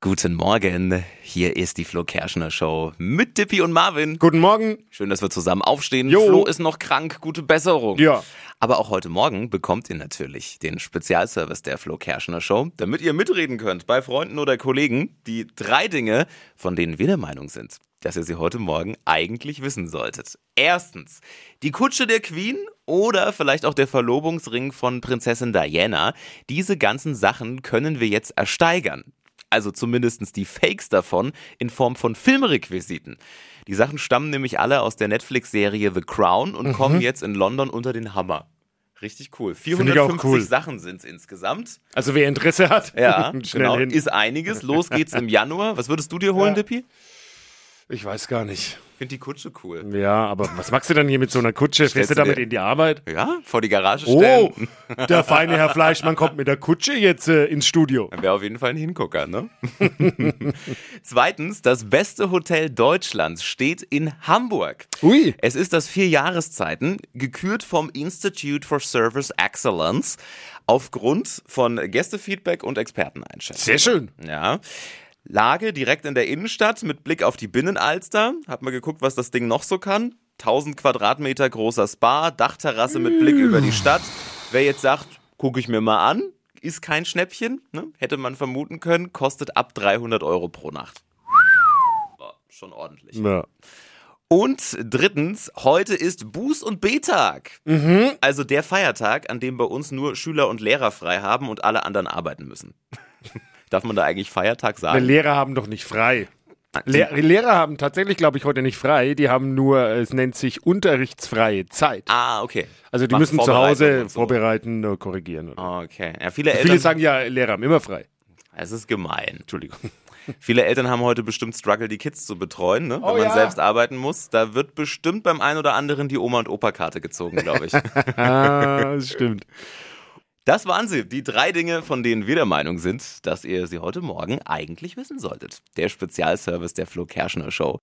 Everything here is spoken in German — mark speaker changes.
Speaker 1: Guten Morgen, hier ist die Flo Kerschner Show mit Dippy und Marvin.
Speaker 2: Guten Morgen.
Speaker 1: Schön, dass wir zusammen aufstehen.
Speaker 2: Jo.
Speaker 1: Flo ist noch krank, gute Besserung.
Speaker 2: Ja.
Speaker 1: Aber auch heute Morgen bekommt ihr natürlich den Spezialservice der Flo Kerschner Show, damit ihr mitreden könnt bei Freunden oder Kollegen die drei Dinge, von denen wir der Meinung sind, dass ihr sie heute Morgen eigentlich wissen solltet. Erstens, die Kutsche der Queen oder vielleicht auch der Verlobungsring von Prinzessin Diana. Diese ganzen Sachen können wir jetzt ersteigern also zumindest die Fakes davon, in Form von Filmrequisiten. Die Sachen stammen nämlich alle aus der Netflix-Serie The Crown und kommen jetzt in London unter den Hammer. Richtig cool.
Speaker 2: Mhm. ich auch
Speaker 1: 450
Speaker 2: cool.
Speaker 1: Sachen sind es insgesamt.
Speaker 2: Also wer Interesse hat,
Speaker 1: Ja,
Speaker 2: schnell
Speaker 1: genau.
Speaker 2: hin.
Speaker 1: Ist einiges. Los geht's im Januar. Was würdest du dir holen,
Speaker 2: Ja.
Speaker 1: Dippi?
Speaker 2: ich weiß gar nicht.
Speaker 1: Find die Kutsche cool.
Speaker 2: Ja, aber was machst du denn hier mit so einer Kutsche? Fährst du
Speaker 1: du dir-
Speaker 2: damit in die Arbeit?
Speaker 1: Ja, vor die Garage stellen.
Speaker 2: Oh, der feine Herr Fleischmann kommt mit der Kutsche jetzt äh, ins Studio.
Speaker 1: Wäre auf jeden Fall ein Hingucker, ne? Zweitens, das beste Hotel Deutschlands steht in Hamburg.
Speaker 2: Ui.
Speaker 1: Es ist das vier Jahreszeiten, gekürt vom Institute for Service Excellence aufgrund von Gästefeedback und Experteneinschätzung.
Speaker 2: Sehr schön.
Speaker 1: Ja. Lage direkt in der Innenstadt mit Blick auf die Binnenalster. Hab mal geguckt, was das Ding noch so kann. 1000 Quadratmeter großer Spa, Dachterrasse mit Blick über die Stadt. Wer jetzt sagt, gucke ich mir mal an, ist kein Schnäppchen, ne? hätte man vermuten können, kostet ab 300 Euro pro Nacht. Boah, schon ordentlich.
Speaker 2: Ja.
Speaker 1: Und drittens, heute ist Buß- und B-Tag. Also der Feiertag, an dem bei uns nur Schüler und Lehrer frei haben und alle anderen arbeiten müssen. Darf man da eigentlich Feiertag
Speaker 2: Denn
Speaker 1: sagen?
Speaker 2: Lehrer haben doch nicht frei. Lehr Lehrer haben tatsächlich, glaube ich, heute nicht frei. Die haben nur, äh, es nennt sich unterrichtsfreie Zeit.
Speaker 1: Ah, okay.
Speaker 2: Also die
Speaker 1: Machen
Speaker 2: müssen zu
Speaker 1: Vorbereitungen
Speaker 2: Hause
Speaker 1: und so.
Speaker 2: vorbereiten, äh, korrigieren. oder-
Speaker 1: Okay. Ja, viele
Speaker 2: Viele
Speaker 1: Eltern.
Speaker 2: sagen ja, Lehrer haben immer frei.
Speaker 1: es ist gemein.
Speaker 2: Entschuldigung.
Speaker 1: Viele Eltern haben heute bestimmt Struggle, die Kids zu betreuen, ne? wenn
Speaker 2: Oh
Speaker 1: man
Speaker 2: ja.
Speaker 1: selbst arbeiten muss. Da wird bestimmt beim einen oder anderen die Oma- und Opa-Karte gezogen, glaube ich.
Speaker 2: Ah, das stimmt.
Speaker 1: das waren sie, die drei Dinge, von denen wir der Meinung sind, dass ihr sie heute Morgen eigentlich wissen solltet. Der Spezialservice der Flo Kerschner Show.